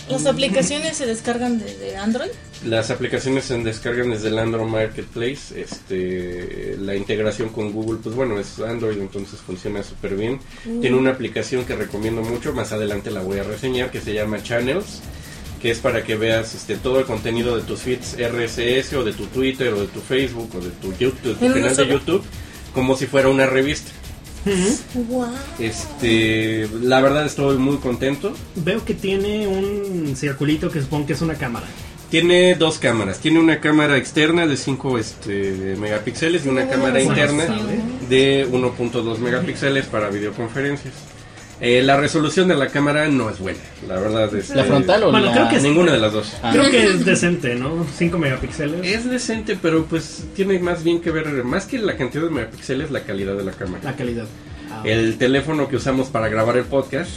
Speaker 4: Las aplicaciones se descargan desde Android.
Speaker 7: Las aplicaciones se descargan desde el Android Marketplace. Este, la integración con Google, pues bueno, es Android, entonces funciona súper bien.
Speaker 11: Mm.
Speaker 7: Tiene una aplicación que recomiendo mucho, más adelante la voy a reseñar, que se llama Channels, que es para que veas este, todo el contenido de tus feeds RSS o de tu Twitter o de tu Facebook o de tu YouTube, tu
Speaker 11: ¿En una
Speaker 7: canal de
Speaker 11: sola?
Speaker 7: YouTube, como si fuera una revista.
Speaker 4: Wow.
Speaker 7: Este, la verdad estoy muy contento.
Speaker 3: Veo que tiene un circulito que supongo que es una cámara.
Speaker 7: Tiene dos cámaras. Tiene una cámara externa de 5 este, megapíxeles y una cámara interna de 1.2 megapíxeles para videoconferencias. Eh, la resolución de la cámara no es buena, la verdad. es
Speaker 3: ¿La frontal o Bueno, la- creo que es-
Speaker 7: Ninguna de las dos.
Speaker 3: Creo que es decente, ¿no? 5 megapíxeles.
Speaker 7: Es decente, pero pues tiene más bien que ver, más que la cantidad de megapíxeles, la calidad de la cámara.
Speaker 3: La calidad. Ah,
Speaker 7: El teléfono que usamos para grabar el podcast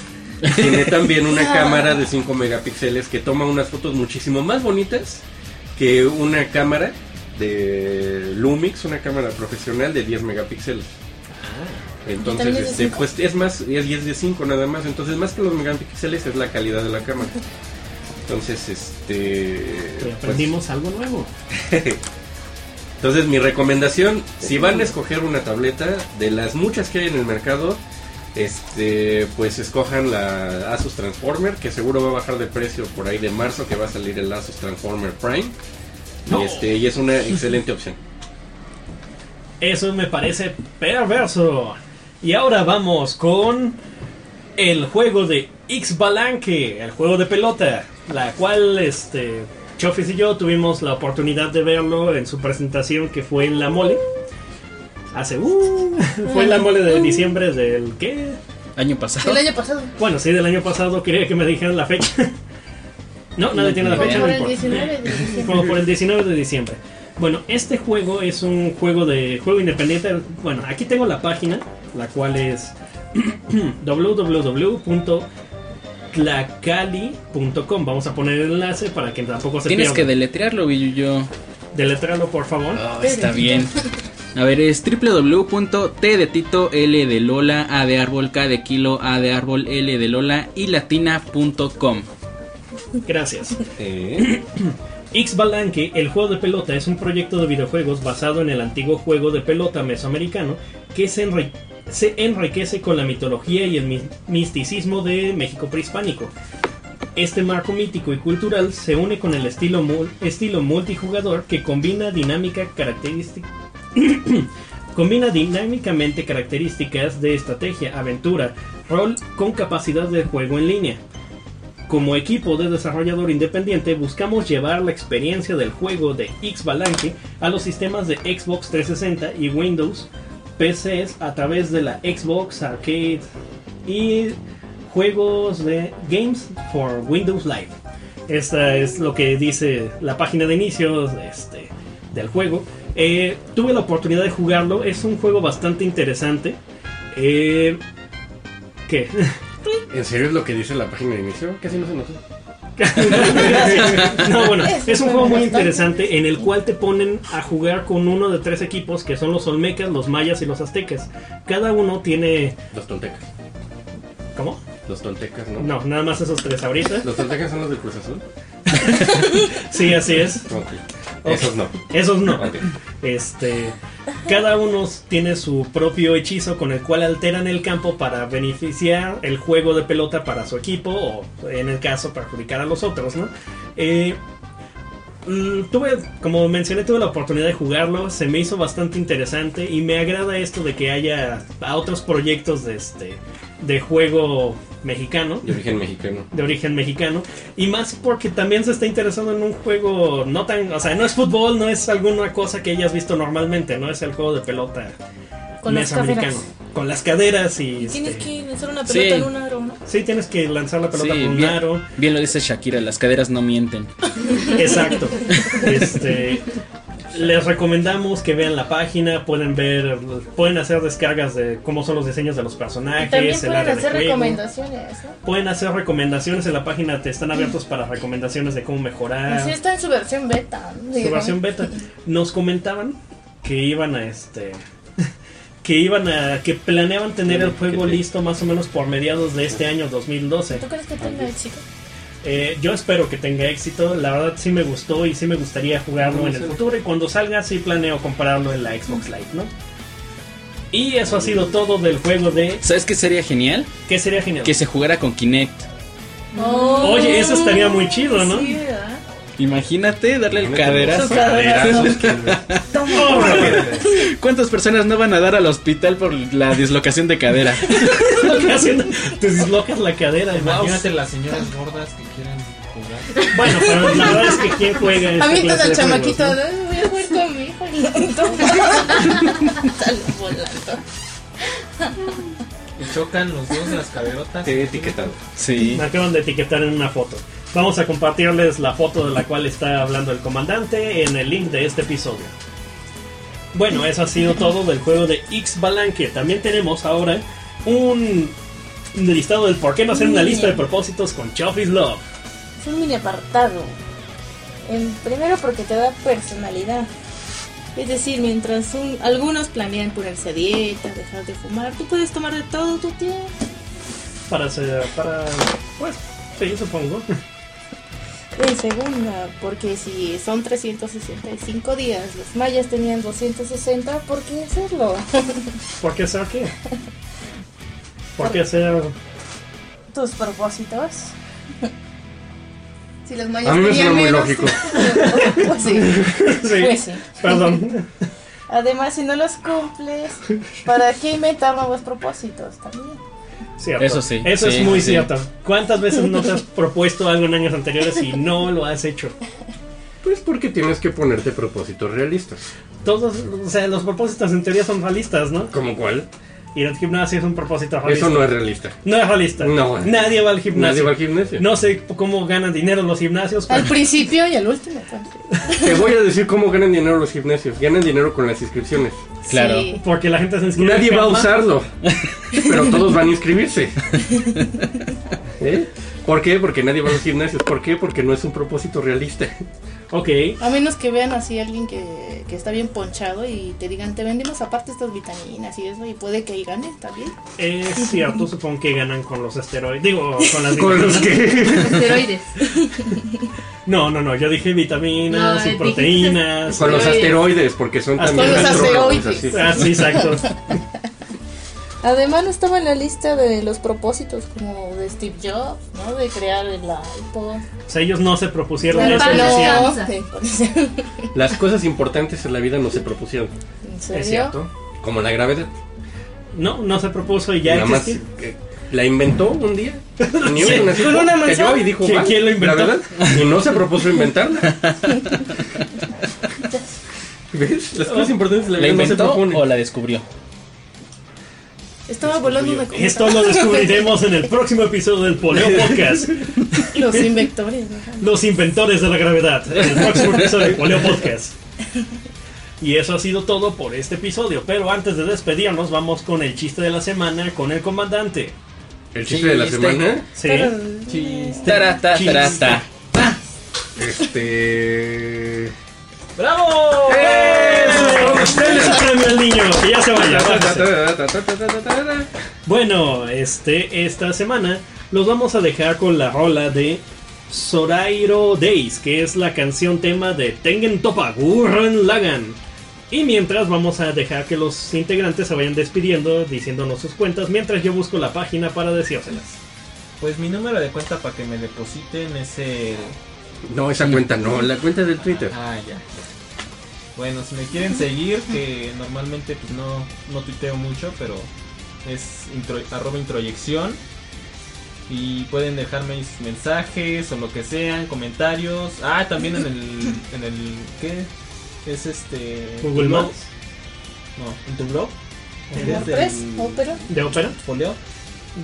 Speaker 7: tiene
Speaker 11: *laughs*
Speaker 7: también una cámara de 5 megapíxeles que toma unas fotos muchísimo más bonitas que una cámara de Lumix, una cámara profesional de 10 megapíxeles.
Speaker 11: ¿Y
Speaker 7: Entonces,
Speaker 11: Ah. también es de
Speaker 7: este,
Speaker 11: cinco?
Speaker 7: pues es más, es 10 de 5 nada más. Entonces, más que los megapíxeles es la calidad de la
Speaker 3: *laughs*
Speaker 7: cámara. Entonces, este.
Speaker 3: pero
Speaker 7: pues,
Speaker 3: aprendimos algo nuevo.
Speaker 7: entonces mi recomendación, si van a escoger una tableta de las muchas que hay en el mercado, este, pues escojan la Asus Transformer, que seguro va a bajar de precio por ahí de marzo, que va a salir el Asus Transformer Prime.
Speaker 3: No.
Speaker 7: Y, este, y es una excelente *laughs* opción.
Speaker 3: Eso me parece perverso. Y ahora vamos con el juego de Xbalanque, el juego de pelota, la cual este Chofis y yo tuvimos la oportunidad de verlo en su presentación que fue en la mole. Hace uh, *laughs* fue en la mole de diciembre del qué?
Speaker 6: Año pasado.
Speaker 4: El año pasado.
Speaker 3: Bueno, sí, del año pasado quería que me dijeran la fecha. *laughs* No, nadie tiene la
Speaker 4: Fue
Speaker 3: fecha, no
Speaker 4: por el
Speaker 3: importa.
Speaker 4: 19 de
Speaker 3: *laughs* Como
Speaker 4: diciembre.
Speaker 3: por el 19 de diciembre. Bueno, este juego es un juego de juego independiente. Bueno, aquí tengo la página, la cual es *clears throat* www.tlacali.com. Vamos a poner el enlace para que tampoco se
Speaker 6: Tienes
Speaker 3: pierda.
Speaker 6: que deletrearlo, Villuyo.
Speaker 3: Deletralo, por favor.
Speaker 5: Ah.
Speaker 6: Ah,
Speaker 5: *laughs*
Speaker 6: Está bien. A ver, es www.t de Tito, L de Lola, A de Árbol, K de Kilo, A de Árbol, L de Lola y latina.com.
Speaker 3: Gracias.
Speaker 7: Eh,
Speaker 3: Xbalanque, el juego de pelota, es un proyecto de videojuegos basado en el antiguo juego de pelota mesoamericano que se, enri- se enriquece con la mitología y el mi- misticismo de México prehispánico. Este marco mítico y cultural se une con el estilo, mul- estilo multijugador que combina dinámica *coughs* característica combina dinámicamente características de estrategia, aventura, rol con capacidad de juego en línea. Como equipo de desarrollador independiente buscamos llevar la experiencia del juego de Xbalanche a los sistemas de Xbox 360 y Windows PCs a través de la Xbox Arcade y juegos de Games for Windows Live. Esta es lo que dice la página de inicio este, del juego. Eh, tuve la oportunidad de jugarlo, es un juego bastante interesante. Eh, ¿Qué? *laughs*
Speaker 7: ¿En serio es lo que dice la página de inicio? Casi no se notó.
Speaker 3: Gracias. No, bueno,
Speaker 7: Es
Speaker 3: es un
Speaker 7: un
Speaker 3: juego muy
Speaker 7: bastante.
Speaker 3: interesante en el cual te ponen a jugar con uno de tres equipos que son los Olmecas, los Mayas y los Aztecas. Cada uno tiene.
Speaker 7: Los Toltecas.
Speaker 3: ¿Cómo?
Speaker 7: Los Toltecas, ¿no?
Speaker 3: No, nada más esos tres ahorita.
Speaker 7: ¿Los Toltecas son los del Cruz Azul?
Speaker 3: Sí, así es.
Speaker 7: Ok.
Speaker 3: Ok.
Speaker 7: Esos no.
Speaker 3: Esos no.
Speaker 7: Ok.
Speaker 3: Este, cada uno tiene su propio hechizo con el cual alteran el campo para beneficiar el juego de pelota para su equipo o, en el caso, perjudicar a los otros, ¿no? Eh, mm, tuve, como mencioné, tuve la oportunidad de jugarlo, se me hizo bastante interesante y me agrada esto de que haya a otros proyectos de este de juego mexicano
Speaker 7: De origen mexicano.
Speaker 3: de origen mexicano y más porque también se está interesando en un juego no tan, o sea, no es fútbol, no es alguna cosa que hayas visto normalmente, no es el juego de pelota
Speaker 12: Con las
Speaker 3: mesoamericano. con las caderas y
Speaker 12: Tienes
Speaker 3: este,
Speaker 12: que lanzar una
Speaker 6: Sí.
Speaker 12: pelota en un aro, ¿no?
Speaker 3: sí tienes que lanzar la pelota
Speaker 6: Sí,
Speaker 3: con un
Speaker 6: bien,
Speaker 3: aro.
Speaker 6: bien lo dice Shakira, las caderas no mienten.
Speaker 3: Exacto. Este, les recomendamos que vean la página, pueden ver, pueden hacer descargas de cómo son los diseños de los
Speaker 9: Y también
Speaker 3: personajes, Ah, el
Speaker 9: pueden
Speaker 3: área de
Speaker 9: hacer
Speaker 3: juego.
Speaker 9: recomendaciones, ¿no?
Speaker 3: Pueden hacer recomendaciones en la página, te están abiertos para recomendaciones de cómo mejorar.
Speaker 9: Sí, está en su versión beta. ¿no?
Speaker 3: Ah. su
Speaker 9: Digo,
Speaker 3: versión beta. Nos comentaban que iban a este que iban a que planeaban tener el juego listo más o menos por mediados de este año 2012.
Speaker 12: ¿Tú crees que tenga éxito?
Speaker 3: Eh, yo espero que tenga éxito, la verdad sí me gustó y sí me gustaría jugarlo en el futuro y cuando salga sí planeo comprarlo en la Xbox Live, ¿no? Y eso ha sido todo del juego de
Speaker 6: ¿Sabes qué sería genial?
Speaker 3: ¿Qué sería genial?
Speaker 6: Que se jugara con Kinect.
Speaker 3: Oye, eso estaría muy chido, ¿no?
Speaker 12: Sí, ¿verdad?
Speaker 6: Imagínate darle el caderazo.
Speaker 12: Sus caderazos.
Speaker 3: *laughs*
Speaker 6: ¿Cuántas personas no van a dar al hospital por la dislocación de cadera?
Speaker 3: Lo que hacen, te dislocas la cadera,
Speaker 5: Imagínate
Speaker 3: wow.
Speaker 5: las señoras gordas que quieran jugar.
Speaker 3: Bueno, pero la verdad es que quién juega esta
Speaker 9: Avientas
Speaker 3: clase
Speaker 9: al
Speaker 3: de
Speaker 9: chamaquito,
Speaker 3: juegos,
Speaker 9: ¿no? Voy a jugar con mi hijo. y
Speaker 3: *laughs*
Speaker 9: Sale volando.
Speaker 5: Y chocan los dos las caderotas.
Speaker 7: Te he etiquetado.
Speaker 6: Sí.
Speaker 3: Me acaban de etiquetar en una foto. Vamos a compartirles la foto de la cual está hablando el comandante en el link de este episodio. Bueno, eso ha sido todo del juego de Xbalanque. También tenemos ahora un listado del por qué no hacer una lista de propósitos con Chuffy's Love.
Speaker 9: Es un mini apartado. En- primero porque te da personalidad. Es decir, mientras un- algunos planean ponerse a dieta, dejar de fumar, tú puedes tomar de todo tu tiempo.
Speaker 3: Para ser, para, pues, sí, supongo.
Speaker 9: En segunda, porque si son 365 días, los mayas tenían 260, ¿por qué hacerlo? *laughs*
Speaker 3: ¿Por qué ser qué? ¿Por qué ser
Speaker 9: Tus propósitos.
Speaker 12: Si los mayas
Speaker 7: A mí me suena
Speaker 12: tenían
Speaker 7: muy
Speaker 12: menos.
Speaker 7: lógico.
Speaker 9: *laughs* pues sí.
Speaker 7: *laughs*
Speaker 3: Sí,
Speaker 9: Pues sí.
Speaker 3: Perdón.
Speaker 9: Además, si no los cumples, ¿para qué inventar nuevos propósitos también?
Speaker 3: Cierto.
Speaker 6: Eso sí,
Speaker 3: Eso
Speaker 6: sí,
Speaker 3: es muy
Speaker 6: sí.
Speaker 3: cierto. ¿Cuántas veces no te has propuesto algo en años anteriores y no lo has hecho?
Speaker 7: Pues porque tienes que ponerte propósitos realistas.
Speaker 3: Todos, o sea, los propósitos en teoría son realistas, ¿no?
Speaker 7: ¿Como cuál?
Speaker 3: Ir al gimnasio es un propósito realista.
Speaker 7: Eso no es realista.
Speaker 3: No es realista.
Speaker 7: No.
Speaker 3: Nadie va al gimnasio.
Speaker 7: Nadie va al gimnasio.
Speaker 3: No sé cómo ganan dinero los gimnasios.
Speaker 12: Al
Speaker 3: pero-
Speaker 12: principio y al último. pues.
Speaker 7: Te voy a decir cómo ganan dinero los gimnasios. Ganan dinero con las inscripciones.
Speaker 6: Claro.
Speaker 9: Sí.
Speaker 3: Porque la gente se inscribe.
Speaker 7: Nadie va a
Speaker 3: jamás.
Speaker 7: usarlo, pero todos van
Speaker 9: *laughs*
Speaker 7: a inscribirse. ¿Eh? ¿Por qué? Porque nadie va a los gimnasios. ¿Por qué? Porque no es un propósito realista.
Speaker 3: Ok.
Speaker 9: A menos que vean así a alguien que, que está bien ponchado y te digan, te vendemos aparte estas vitaminas y eso, y puede que "Eh, ahí gane también.
Speaker 3: Es cierto, supongo que ganan con los esteroides. Digo, con las
Speaker 7: Con los que...
Speaker 3: *laughs*
Speaker 12: Esteroides.
Speaker 3: No, no, no. Yo dije vitaminas
Speaker 12: No,
Speaker 3: y
Speaker 12: dijiste-
Speaker 3: proteínas.
Speaker 7: Con los
Speaker 12: Asteroides.
Speaker 7: asteroides, porque son
Speaker 3: Hasta
Speaker 7: también
Speaker 3: los
Speaker 7: astrónomos.
Speaker 9: asteroides.
Speaker 7: así.
Speaker 3: Ah, sí, exacto.
Speaker 9: Además, no estaba en la lista de los propósitos como de Steve Jobs, ¿no? De crear el iPod.
Speaker 3: O sea, ellos no se propusieron
Speaker 12: Claro,
Speaker 3: eso.
Speaker 12: no.
Speaker 3: decían,
Speaker 7: Las cosas importantes en la vida no se propusieron.
Speaker 9: ¿En
Speaker 3: Es
Speaker 9: serio?
Speaker 3: cierto.
Speaker 7: Como la gravedad.
Speaker 3: No, no se propuso y ya
Speaker 7: Nada más
Speaker 3: existía.
Speaker 7: que la inventó un *laughs* día. Unió
Speaker 3: Sí,
Speaker 7: con
Speaker 3: con una
Speaker 7: cayó
Speaker 3: manzana.
Speaker 7: y dijo,
Speaker 3: ¿Quién-
Speaker 7: "Va",
Speaker 3: quién lo inventó?
Speaker 7: la verdad, y no se propuso inventarla. *laughs* ¿Ves? Las cosas importantes de la,
Speaker 6: ¿La
Speaker 7: vida no se
Speaker 6: inventó
Speaker 7: proponen.
Speaker 6: o la descubrió?
Speaker 4: Estaba volando una cosa.
Speaker 3: Esto lo
Speaker 9: *laughs*
Speaker 3: descubriremos en el próximo episodio del
Speaker 7: *laughs*
Speaker 3: Poleo Podcast.
Speaker 4: Los inventores, ¿no?
Speaker 3: Los inventores de la gravedad. En el próximo episodio del Poleo Podcast. Y eso ha sido todo por este episodio. Pero antes de despedirnos, vamos con el chiste de la semana con el comandante.
Speaker 7: El chiste de la
Speaker 6: Chiste.
Speaker 7: semana,
Speaker 3: Sí.
Speaker 6: Tarata,
Speaker 3: Chiste.
Speaker 6: tarata.
Speaker 7: este...
Speaker 5: ¡Bravo!
Speaker 3: Denle el premio al niño, que ya se vaya. váyase. Bueno, este, esta semana los vamos a dejar con la rola de Sorairo Days, que es la canción tema de Tengen Topa Gurren Lagan. Y mientras vamos a dejar que los integrantes se vayan despidiendo, diciéndonos sus cuentas, mientras yo busco la página para decírselas.
Speaker 5: Pues mi número de cuenta para que me depositen es el.
Speaker 7: No, esa cuenta no, la cuenta del Twitter.
Speaker 5: Ah, ya. Bueno, si me quieren seguir, que normalmente pues no, no tuiteo mucho, pero es intro- arroba introyección. Y pueden dejarme mis mensajes o lo que sean, comentarios. Ah, también en el. En el ¿Qué? Es este.
Speaker 3: Google
Speaker 5: Blog.
Speaker 3: Maps.
Speaker 5: No, en tu blog.
Speaker 3: ¿En
Speaker 5: Es
Speaker 4: WordPress,
Speaker 5: del-
Speaker 4: Opera.
Speaker 3: ¿De ópera?
Speaker 5: folio.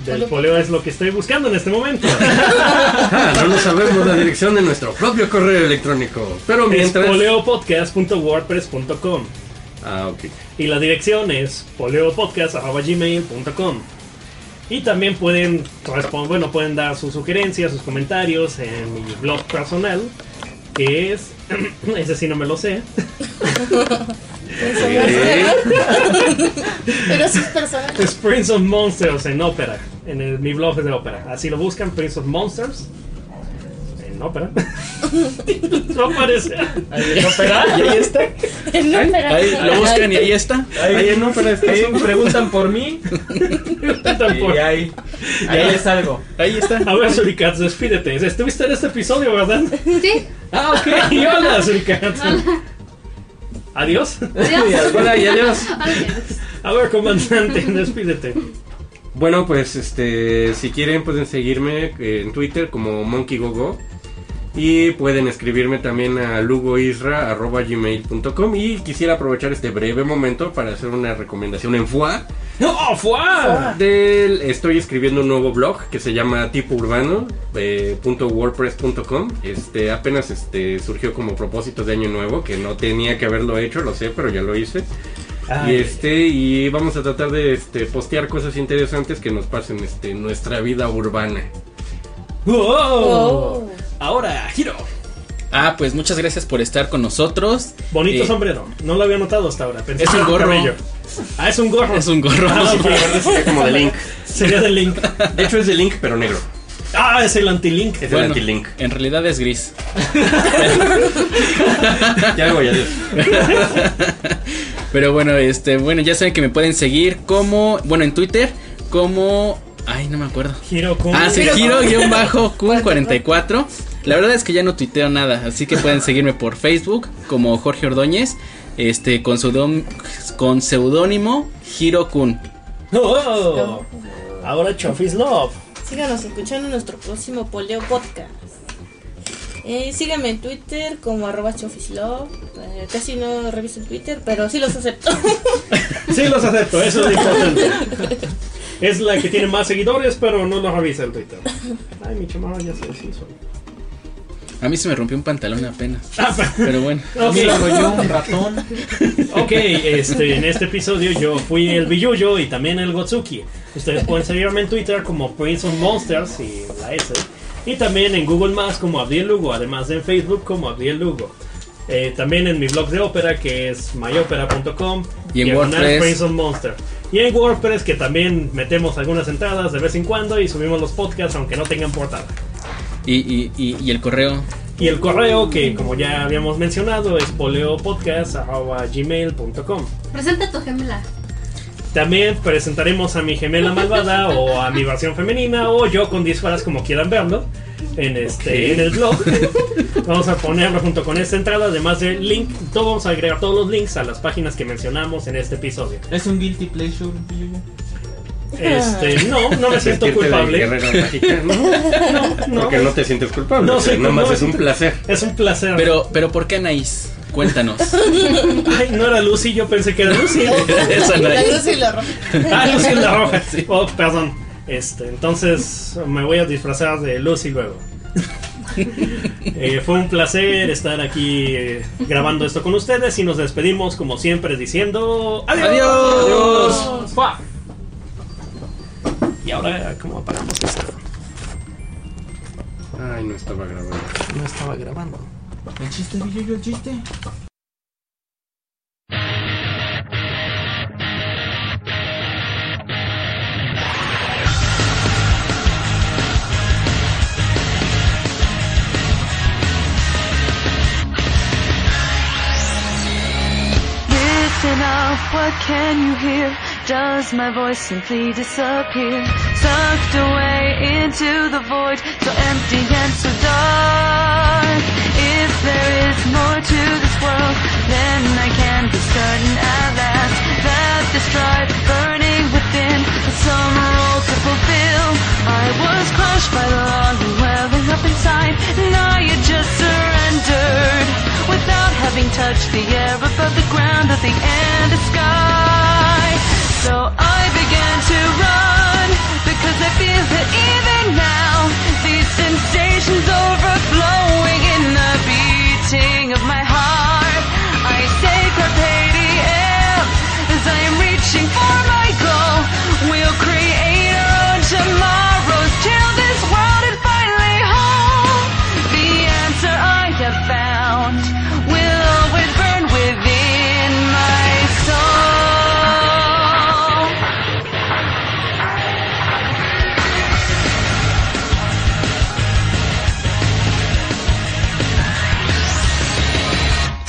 Speaker 3: Del poleo es lo que estoy buscando en este momento.
Speaker 7: Ah, no lo sabemos la dirección de nuestro propio correo electrónico. Pero
Speaker 3: es
Speaker 7: mientras...
Speaker 3: poleopodcast.wordpress.com.
Speaker 7: Ah, ok.
Speaker 3: Y la dirección es poleopodcast.gmail.com Y también pueden, respon- bueno, pueden dar sus sugerencias, sus comentarios en mi blog personal, que es, *clears throat* ese sí no me lo sé, *laughs*
Speaker 7: Eh,
Speaker 4: Pero sus
Speaker 9: *laughs*
Speaker 4: personas.
Speaker 3: es Prince of Monsters en ópera, en el- mi blog es de ópera. Así lo buscan, Prince of Monsters, en ópera. *laughs* no aparece. *laughs*
Speaker 6: ¿Y
Speaker 5: ah,
Speaker 6: ahí está? Ahí lo buscan y ahí está.
Speaker 5: Ahí,
Speaker 7: Ahí en Opera está *laughs*
Speaker 5: ahí
Speaker 7: su-
Speaker 5: preguntan por mí y
Speaker 3: Tampoco.
Speaker 5: ahí, y ahí les salgo.
Speaker 6: Ahí está.
Speaker 3: A ver, Suricats, despídete. Estuviste en este episodio, ¿verdad?
Speaker 13: Sí,
Speaker 3: Ah, ok. Y hola, Suricats. Adiós.
Speaker 13: adiós.
Speaker 7: Hola y adiós.
Speaker 13: Adiós.
Speaker 3: A ver, comandante, despídete.
Speaker 7: Bueno, pues este, si quieren pueden seguirme eh, en Twitter como monkeygogo y pueden escribirme también a lugoisra@gmail.com y quisiera aprovechar este breve momento para hacer una recomendación en FUA
Speaker 3: ¡No, fuá!
Speaker 7: del estoy escribiendo un nuevo blog que se llama tipo urbano eh, punto wordpress.com este apenas este surgió como propósito de año nuevo que no tenía que haberlo hecho lo sé pero ya lo hice
Speaker 3: Ah,
Speaker 7: y este y vamos a tratar de este, postear cosas interesantes que nos pasen este en nuestra vida urbana
Speaker 9: Oh.
Speaker 3: ¡Wow! Oh. Ahora, giro.
Speaker 6: Ah, pues muchas gracias por estar con nosotros.
Speaker 3: Bonito
Speaker 6: Eh,
Speaker 3: sombrero. No lo había notado hasta ahora. Pensé
Speaker 6: Es
Speaker 3: que
Speaker 6: un
Speaker 3: era
Speaker 6: gorro.
Speaker 3: cabello. Ah, es un gorro.
Speaker 6: Es un gorro.
Speaker 3: Ah, ok.
Speaker 7: sería como de link
Speaker 3: Sería del link.
Speaker 7: de hecho es de link
Speaker 3: *laughs*
Speaker 7: pero negro
Speaker 3: Ah, es el anti-link.
Speaker 7: es el
Speaker 6: Bueno,
Speaker 7: anti-link
Speaker 6: en realidad es gris.
Speaker 7: ya voy adiós
Speaker 6: Pero bueno, este, bueno, ya saben que me pueden seguir como, bueno, en Twitter, como, ay, no me acuerdo.
Speaker 3: Giro con.
Speaker 6: Ah, sí, giro-kun44. La verdad es que ya no tuiteo nada, así que pueden seguirme por Facebook como Jorge Ordóñez, este, con pseudón- con seudónimo Giro-kun.
Speaker 3: ¡Oh! Ahora Chofis Love.
Speaker 4: Síganos escuchando en nuestro próximo Poleo Podcast. Eh, síganme en Twitter como arroba chofislove. Eh, casi no reviso el Twitter, pero sí los acepto.
Speaker 3: Sí, los acepto. Eso es importante. Es la que tiene más seguidores, pero no los avisa el Twitter. Ay, mi chamado ya se deshizo.
Speaker 6: A mí se me rompió un pantalón apenas,
Speaker 3: Ah, pero-
Speaker 6: pero bueno.
Speaker 5: A mí
Speaker 3: Ok.
Speaker 5: lo arrolló un ratón.
Speaker 3: Ok, este, en este episodio yo fui el Biyuyo y también el Gotsuki. Ustedes pueden seguirme en Twitter como Prince of Monsters y la S. Y también en Google Más como Abdiel Lugo, además de en Facebook como Abdiel Lugo. Eh, también en mi blog de ópera que es myopera.com
Speaker 6: Y en
Speaker 3: diagonal
Speaker 6: WordPress.
Speaker 3: Prince of Monsters. Y en WordPress que también metemos algunas entradas de vez en cuando y subimos los podcasts aunque no tengan portada.
Speaker 6: Y, y, y, y el correo,
Speaker 3: Y el correo que como ya habíamos mencionado es poleopodcast.gmail.com
Speaker 13: Presenta tu gemela.
Speaker 3: También presentaremos a mi gemela malvada o a mi versión femenina o yo con disfraz como quieran verlo en este en el blog. vamos a ponerlo junto con esta entrada, además del link, todo vamos a agregar todos los links a las páginas que mencionamos en este episodio.
Speaker 5: Es un guilty pleasure.
Speaker 13: *laughs*
Speaker 3: Este, no, no me siento
Speaker 7: Sentirte de
Speaker 3: culpable. *laughs*
Speaker 7: guerrero mexicano.
Speaker 3: no,
Speaker 7: Porque no te sientes culpable.
Speaker 3: No
Speaker 7: o sea,
Speaker 3: soy
Speaker 7: nada más
Speaker 3: culpable.
Speaker 7: es un placer.
Speaker 3: Es un placer.
Speaker 6: Pero, pero ¿por qué Anaís?
Speaker 7: *laughs*
Speaker 6: Cuéntanos.
Speaker 3: Ay, no era Lucy, yo pensé que era Lucy.
Speaker 4: *laughs*
Speaker 6: Esa no
Speaker 4: La
Speaker 6: es.
Speaker 4: luz y la roja.
Speaker 3: *laughs* Ah, Lucy en la roja. Oh, perdón. Este, entonces me voy a disfrazar de Lucy luego. Eh, fue un placer estar aquí eh, grabando esto con ustedes y nos despedimos como siempre diciendo adiós.
Speaker 6: Adiós.
Speaker 3: Fua. Y ahora cómo apagamos esto?
Speaker 7: Ay, no estaba grabando.
Speaker 3: No estaba grabando.
Speaker 11: El chiste, dije yo el chiste.
Speaker 9: Listen up, what can you hear? Does my voice simply disappear? Sucked away into the void, so empty and so dark. If there is more to this world, then I can be certain at last that this drive burning within has some role to fulfill. I was crushed by the longing welling up inside, and I had just surrendered without having touched the air above the ground or the end of sky. So I began to run because I feel that even now these sensations overflowing in the beating of my heart. I say carpe diem as I am reaching for my goal. We'll create our own tomorrows till this world is finally home. The answer I have found will always burn within my soul.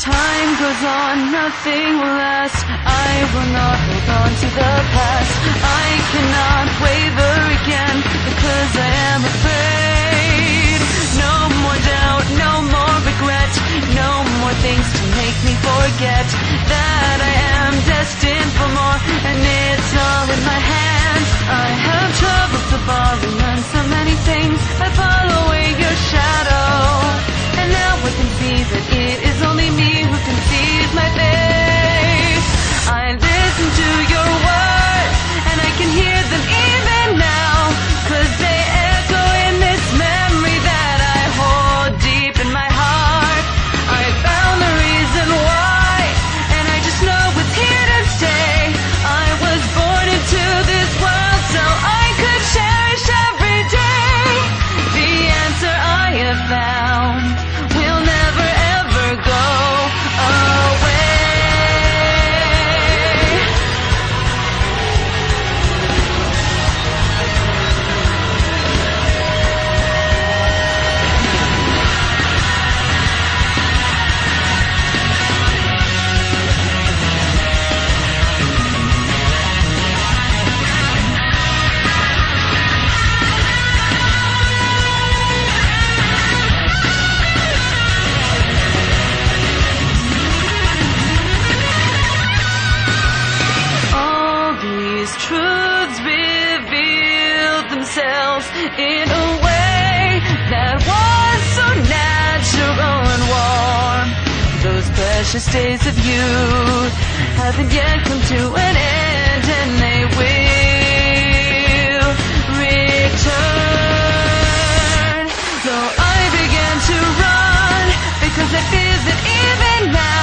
Speaker 9: Time goes on, nothing will last. I will not hold on to the past. I cannot waver again because I am afraid. No more doubt, no more regret, no more things to make me forget that I am destined for more and it's all in my hands. I have traveled so far and learned so many things. I follow your shadow. And now I can see that it is only me who can see my face. I listen to your words, and I can hear them even now. Cause they echo in this memory that I hold deep in my heart. I found the reason why, and I just know it's here to stay. I was born into this world so I could cherish every day. The answer I have found will never ever go away. All these truths reveal themselves in a way that was so natural and warm. Those precious days of youth haven't yet come to an end, and they will return. So I began to run because I fear that even now